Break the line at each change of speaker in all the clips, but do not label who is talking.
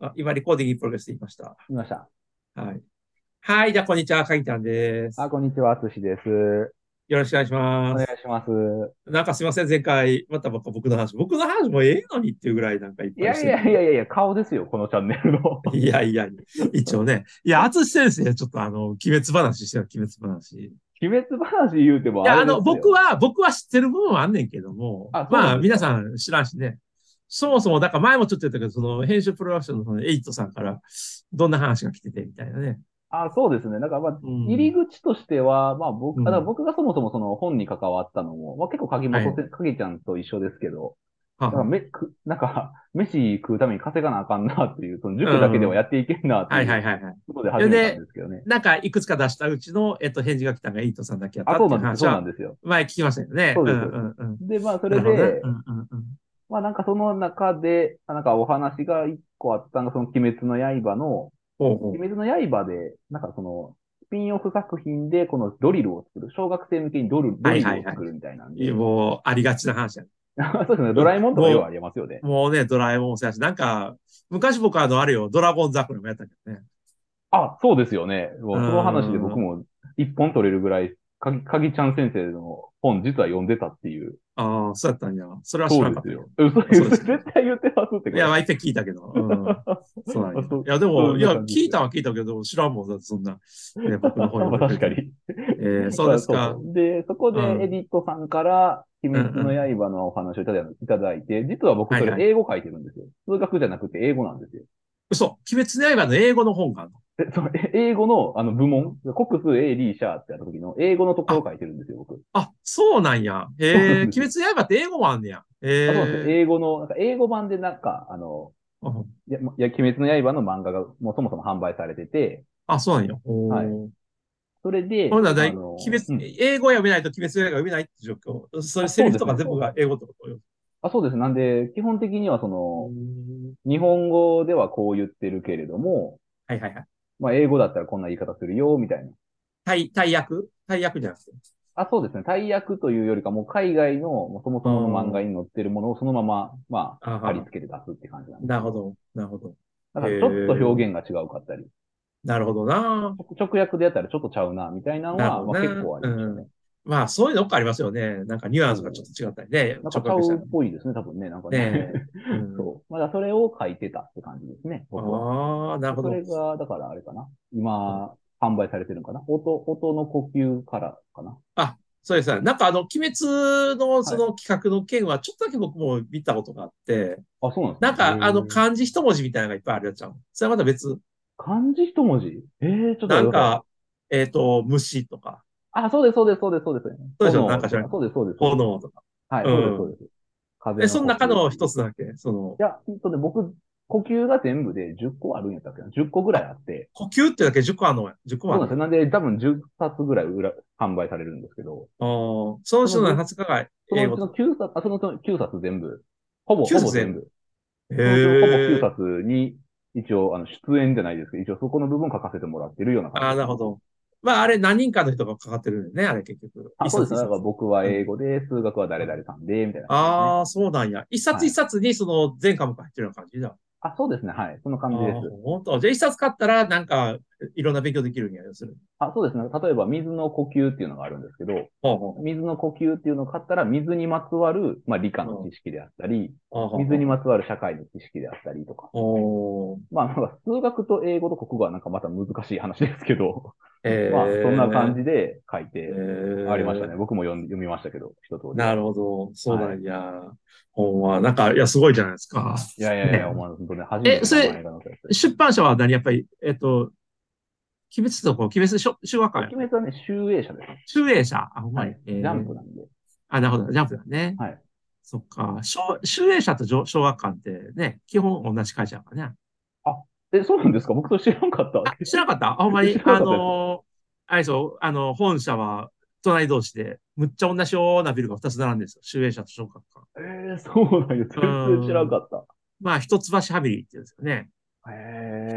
あ今、レコーディングプログレスで言いました。
見ました。
はい。はい、じゃあ、こんにちは、かぎたんです。
あ、
よ
こんにちは、あつしです。
ろしくお願いし
お
ま
願い
す。
します。
なんかすいません、前回、またばっか僕の話、僕の話もええのにっていうぐらいなんかいっ
い
ぱい
や
し
い
てる
やいやいやいや、顔ですよ、このチャンネルの。
いやいや、一応ね。いや、淳先生、ちょっとあの、鬼滅話してよ、鬼滅話。い
鬼滅話言うても
や、
あ
あ
れですよ
の、僕は、僕は知ってる部分はあんねんけども、
あそう
ま
な
あ、
んで
皆さん知らんしね。そもそも、だから前もちょっと言ったけど、その、編集プロダクションのそのエイトさんから、どんな話が来てて、みたいなね。
あ、そうですね。だから、まあ、
うん
入り口としては、まあ僕、あだから
うん
僕がそもそもその本に関わったのも、まあ結構鍵元せ、鍵ちゃんと一緒ですけど、
は
だから
は
め、くなんか、飯食うために稼がなあかんなっていう、その塾だけではやっていけんなって
はいいは
う
いはいはい。
ことで始めたんですけどね。
なんか、いくつか出したうちの、えっと、返事が来たのがエイトさんだけやった
あ、
って
そ
いう
うなんです、
話
そうな
は
ん、ですよ。
前聞きましたよね。
そうです
んうんうん。
で、まあそ
そ
れで、
うんうんうん。
まあなんかその中で、あなんかお話が一個あったのが、その鬼滅の刃の、
ほうほう
鬼。滅の刃で、なんかその、スピンオフ作品でこのドリルを作る、小学生向けにドルドリルを作るみたいなん
い
で
や。もう、ありがちな話やね。
そうですね、ドラえもんとかようありますよね。
もうね、ドラえもんもそうやし、なんか、昔僕あの、あれよ、ドラゴン桜もやったけどね。
あ、そうですよね。もう
う
そ
ん
の話で僕も一本取れるぐらい、かぎ、かぎちゃん先生の本実は読んでたっていう。
ああ、そうやったんや。それは知
そ
ら
う
な
で
かっ
す
たよ
よ。。嘘、
そうです
嘘絶対言ってますってこ
い
と。
や、まあ一回聞いたけど。 うん、そうなんや。
あそう
いや、で
そ
も、
う
いや、
そうなんですよ
聞いたは聞いたけど、知らんもんだって、そんな。ね、僕の本
まあ確か。に。
えーそうです
ま
か
あそ。うそうで、そこで
うん
エディットさんから、秘密
うん
の刃のお話をいただいただいて、実は僕そ
はいはい
れ英語書いてるんですよ。数学じゃなくて英語なんですよ。
嘘、鬼滅の刃の英語の本があるの。
でそのえ英語のあの部門、国数 A、D、シャーってやった時の英語のところを書いてるんですよ、僕。
あ、そうなんや。へ
そう
え
なん
鬼
です
滅の刃って英語もあんねや。
あそうなんですよ
へえ
英語の、なんか英語版でなんか、あの、や、まや鬼滅の刃の漫画がもうそもそも販売されてて、
あ、そうなんや。おー
はいそれで、
ほんならだい、
あの
鬼
うん
滅、英語を読めないと鬼滅の刃が読めないって状況。それセリフとか全部が英語ってことよ。
あ、そうです。なんで、基本的にはその、日本語ではこう言ってるけれども、
はいはいはい。
まあ、英語だったらこんな言い方するよ、みたいな。
大、大役大役じゃなくて。
あ、そうですね。大役というよりか、もう海外の、もうそもそもの漫画に載ってるものをそのまま、ま
あ
あ、
は
貼り付けて出すって感じなんです。
なるほど。なるほど。
だからちょっと表現が違うかったり、
なるほどな。
直訳でやったらちょっとちゃうな、みたいなの
なる
は、
ほど
まあ、
ね
結構ありましたね。
まあ、そういうのよくありますよね。なんかニュアンスがちょっと違ったりね。
なんか
直
ちゃう
訳した
っぽいですね、多分ね、なんか
り。
ね
ね。え。うん
そう。まだそれを書いてたって感じですね、僕は。
ああ、なるほ
そ
ど。
れが、だからあれかな。今、販売されてるのかな音、音の呼吸からかな。
そうですね。なんかあの、鬼滅のその企画の件は、ちょっとだけ僕も見たことがあって、
あ、そうなんです
なんか
へー
あの、漢字一文字みたいなのがいっぱいあるやつじゃん。それはまた別。
漢字一文字ええー、ちょっと。
なんか、えっと、虫とか、
あ、そうです、そうです、そうです、そうです。
そうでしょ
炎
なんか知らん
そうです、そうです。
炎とか。
はい、
うん
そうです、そうです。風
え、その中の一
つ。い
つだけ、その、
や、ほんとね、僕、呼吸が全部で10個あるんやったっけな ?10 個ぐらいあって。
呼吸ってだけ10個あるのや。10個
そ
も
う
あ
な
る
んですよ。なんで、多分10冊ぐらい裏販売されるんですけど、
の。あーその人の20日が
そ
英
の
語
うち
と
の。9冊、あそのうちの9冊全部、ほぼ、
9
ほ
冊
ぼ全部。
へ
そのうちの
え。
ほぼ9冊に、一応、あの、出演じゃないですけど、一応そこの部分書かせてもらってるような感じ。
ああ、なるほ。ど。まあ、あれ何人かの人がかかってるんだよね、あれ結局。
あ、
一
そう
冊
です
一
ね。だから
冊
僕は英語で、数学は誰々さんで、みたいな感じですね。
ああ、そうなんや。一冊一冊にその全科目入ってるような感じだ。
あ、そうですね。はい。その
あ
感じで
ー
す。
ほんとじゃあ一冊買ったら、なんか、いろんな勉強できるんや、要するに。
あ、そうですね。例えば、水の呼吸っていうのがあるんですけど、
ほうほう
水の呼吸っていうのを買ったら、水にまつわる、まあ、理科の知識であったり、
あーほうほう。
水にまつわる社会の知識であったりとか。
おー
まあ、なんか数学と英語と国語はなんかまた難しい話ですけど、
えー
まあ、そんな感じで書い
え
て
ー
ありましたね。僕も読ん読みましたけど、一通り。
なるほど。そうなんや。ほんま、なんか、いや、すごいじゃないですか。
いやいや いや、
ね
お前、本当ね、初めて
えそれ
名前が載せられて
出版社は何やっぱり、えっと、鬼滅とこ、鬼滅書、集和館
鬼。滅はね、集英社ですね。
集英社。あ、ほんま
は
に
い。。
え
ジ
ー
ャンプなんで。
あ、なるほど。ジャンプだね。
はい。
そっか。昭集英社と昭昭和館ってね、基本同じ会社だからね。
え、そうなんですか僕それ知らんかった。
あ、 知らなかったあほんまに
知、ら
あ
なかったです
のー、あれそう、あの、本社は隣同士で、むっちゃ同じようなビルが2つ並んでるんですよ。集英社と昭和館。
えー、そうなんや。全然知らんかった。
まあ、一橋ファミリーって言うんですよね。
へ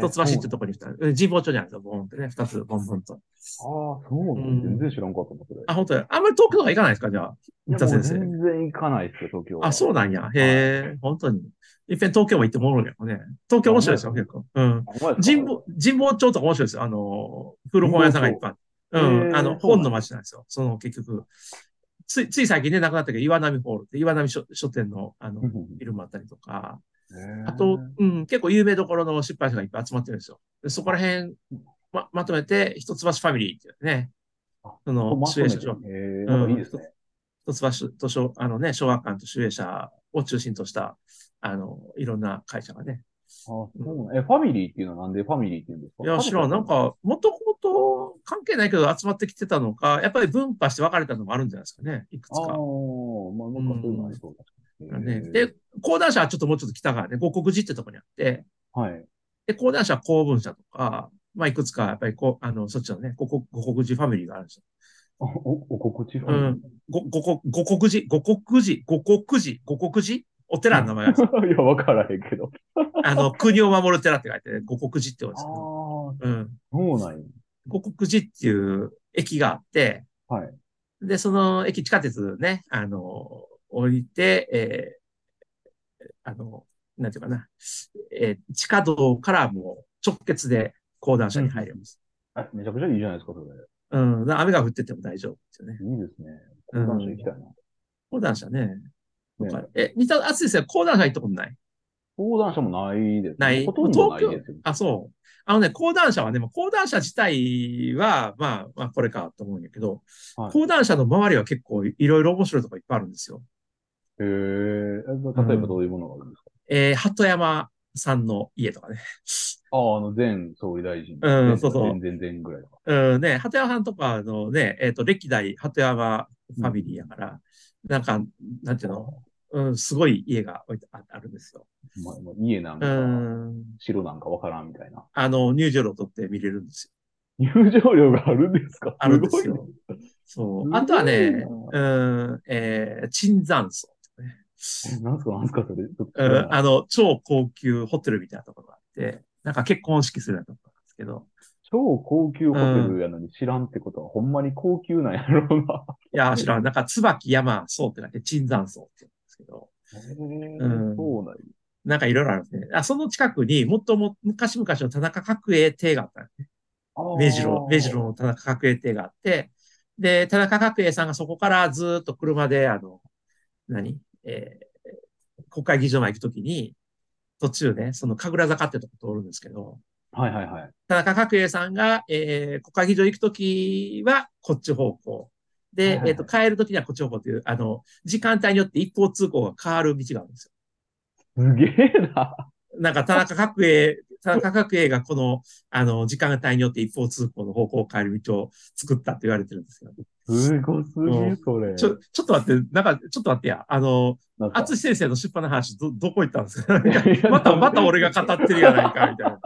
一橋って
と。
とこに二つ、神保町にあるんですよ、ボーンってね、二つ、ボンボンと。
ああ、そうな
うんん
全然知らんかったな、それ。
あ、本当だあんまり遠くとか行かないですか、じゃあ、
いや
三田先
もう
生。
全然行かないですよ、東京は。
あ、そうなんや。へえ、本当に。いっぺん東京も行ってもおもろいよね。東京面白いですよ、結構。うん。
あ。ほんまですか
神保、神保町とか面白いですよ。あの、古本屋さんがいっぱいある。
へ
う
ー
ん。あの、本の街なんですよ。その、結局。つい、つい最近ね、亡くなったけど、岩波ホールって、岩波書書店の、あの
う、ん
ビルもあったりとか、
へえ
あと、うん、結構有名どころの出版社がいっぱい集まってるんですよ。でそこら辺、ま、まとめて、一橋ファミリーっていうね
あ、
そ
ここ
の、
まと
主
め
演
て
者
へえなんかいいですね。
一橋図書、あのね、小学館と集英社を中心とした、あの、いろんな会社がね。
あ、そうなんえ、ファミリーっていうのはなんでファミリーっていうんですか
いや、知らん。なん、か、もともと関係ないけど集まってきてたのか、やっぱり分派して分かれたのもあるんじゃないですかね。いくつ
ああ、まあ、なんか
か。
そういうのありそうだ。へ
ね、
え
で、、講談社はちょっともうちょっと北側ね、五国寺ってとこにあって、
はい。
で、講談社は公文社とか、まあ、いくつか、やっぱりこう、あの、そっちのね、五国五国寺ファミリーがあるんですよ。
お、お、お心地フ
う
ァミ
んご五国、五国寺、五国寺、五国寺、五国寺お寺の名前 があるんですよ。
リ ー。いや、わからへんけど。
あの、国を守る寺って書いて、五国寺って言うん
あ
で
あ、
すけど。
そ
うん。
うなんや。
五国寺っていう駅があって、
はい。
で、その駅地下鉄ね、あの、降りて、えーあの、なんていうかな、えー地下道からもう直結で講談社に入れます。
あめちゃくちゃいいじゃないですか、それ。
うん、だから雨が降ってても大丈夫ですよね。
いいですね。こ
うん
の話行きたい
講談社ね。
な。ね
え、三田淳先生は講談社行ったことない
講談社もないですね。
ない
ほとんどないですよ。
あ、そう。あのね、講談社はね、もう講談社自体は、まあ、まあ、これかと思うんやけど、
はい
講談社の周りは結構いろいろ面白いとこいっぱいあるんですよ。
へえ。例えばどういうものがあるんですか
えー、鳩山さんの家とかね。
ああ、あの、前総理大臣。
うん
前
そうそう
前前前ぐらいか。
うん、ね、鳩山さんとかのね、えっ、と、歴代鳩山ファミリーやから、なんか、なんていうの、うん、すごい家が置いてああるんですよ。
まま家なん
う
か、
ん、
城なんかわからんみたいな。
あの、入場料取って見れるんですよ。
入場料があるんですか
あるんです
ごいね
よ。そ
すごいな
う。あとはね、うん、えー、椿山荘とかね。
えなんすか、なんすか、それ。ちょっと
うん、あの、超高級ホテルみたいなところがあって、なんか結婚式するようなところなんですけど、
超高級ホテルやのに知らんってことは、ほんまに高級なんやろうな。
いやー、知らん、なんか椿山荘ってなって、椿山荘って言うんですけど、
へえ
うん
そうなんや
なんかいろいろあるんですね。あ、その近くにもっとも昔々の田中角栄邸があったんですね。
あー
目白、目白の田中角栄邸があって、で、田中角栄さんがそこからずーっと車で、あの、何えー国会議事堂まで行くときに、途中ね、その神楽坂ってとこ通るんですけど、
はいはいはい。
田中角栄さんが、えー、国会議場行くときは、こっち方向。
はい
で、
はいはい
えっ、と、帰るときにはこっち方向っていう、あの、時間帯によって一方通行が変わる道があるんです
すげえな。
よ。なんか、田中角栄、田中角栄がこの、あの、時間帯によって一方通行の方向を変える道を作ったって言われてるんですよ。
すごすぎ
う
る
ん、
それ。
ちょ、ちょっと待って、なんか、ちょっと待ってや。あの、
なんか
厚先生の出版の話、ど、どこ行ったんですかなんか
い や
また、また俺が語ってるやないか、みたいな。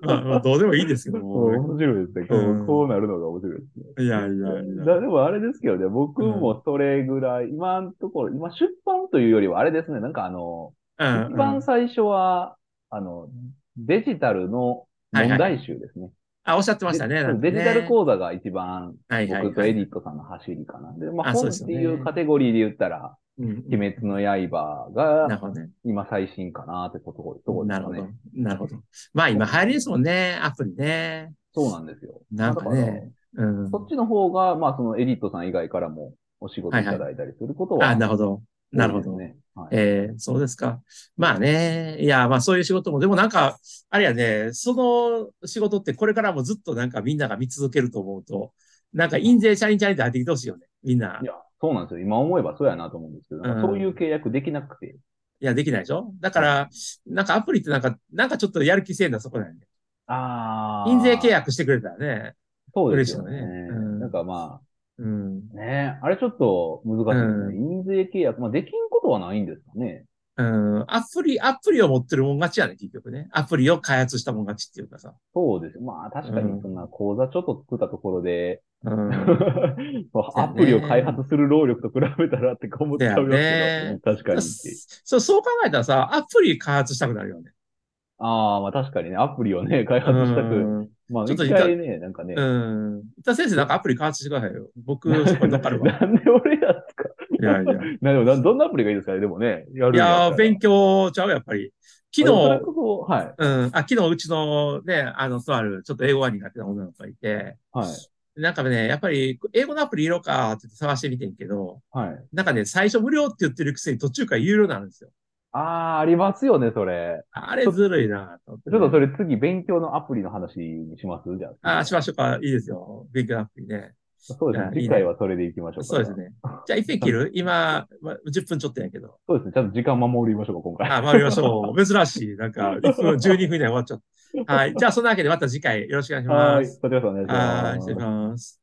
まあ、まあ、どうでもいいんですけども。
面白いですね。こ
う
うんこうなるのが面白いですね。
いやいやいや。
だでもあれですけどね、僕もそれぐらい、今のところ、今出版というよりはあれですね、なんかあの、
うん
一番最初は、あの、デジタルの問題集ですね。
あ、おっしゃってましたね。
で
なんかね
デジタル講座が一番
はいはいはい
僕とエディットさんの走りかな。で、まあ
あそう
本っ
です
て
よね
いうカテゴリーで言ったら、
うんうん
鬼滅の刃
なる
が
ほどね。
今最新かなってところところで
な
す
る
か
ほど
ね。。
なるほど。まあ今流行りですもんね、アプリね。
そうなんですよ。
なんか
だら
ね。うん。
そっちの方が、まあ、そのエディットさん以外からもお仕事いただいたりすることは、
あ、なるほど。なるほ
多
ど
い。ですね。はい
えー、そうですか。まあね。いや、まあそういう仕事も、でもなんか、あれやね、その仕事ってこれからもずっとなんかみんなが見続けると思うと、なんか印税チャリンチャリンって入ってきてほしいよね。みんな。
い
い
や、そうなんですよ。今思えばそうやなと思うんですけど、なんか
うん
そういう契約できなくて。
や、できないでしょだから、なんかアプリってなんか、なんかちょっとやる気せえな、そこなんで。
あ
印税契。約してくれたらね。
そうですよね。
嬉しいよねうん
なんかま
うん。
あ、ね、あれちょっと難しいですね。印税契約、まあ、できんことはないんですかね。
うん、アプリ、アプリを持ってるもん勝ちやね、結局ね。アプリを開発したもん勝ちっていうかさ。
そうです。まあ、確かにそんな口座ちょっと作ったところで、
う。
そうん アプリを開発する労力と比べたらって思っちゃうよ
だよね
確かにって。
そう、そう考えたらさ、アプリ開発したくなるよね。
ああ、まあ確かにね、アプリをね、開発したく、
うん
まあ
ちょっと
一回ね、なんかね、
うん。伊田先生、なんかアプリ開発してくださいよ。 僕、そこに乗っかるわ。
なんで俺やつか。
いやいや。
なでもなどんなアプリがいいですかね、でもね、やるん
いやー、
強。
勉強ちゃう、やっぱり。昨
あ
日
それ、こそ、はい、
うん、あ、昨日うちのね、あの、とある、ちょっと英語が苦手な女の子がいて、
はい、
なんかね、やっぱり、英語のアプリ入ろうかって言って探してみてんけど、
はい。
なんかね、最初無料って言ってるくせに途中から有料になるんですよ。
ああ、ありますよね、それ。
あれずるいなと思って
ちょっとそれ次、勉強のアプリの話にしますじゃあ。
あ、しましょうか。いいですよ。勉強のアプリね。
そうですね
いや。いいね
次回はそれでいきましょうか。
そうです。ね。じゃあ、一遍切る今、ま10分ちょっとやけど。
そうですね。ちゃんと時間守りましょうか、今回。
あ、回りましょう。珍しい。なんか、1分、12分以内終わっちゃった。はい。じゃあ、そんなわけでまた次回よろしくお願いし
は
ま
い。
す。
こちらこそお願いし
はい。
ま
失礼
す
し。ます。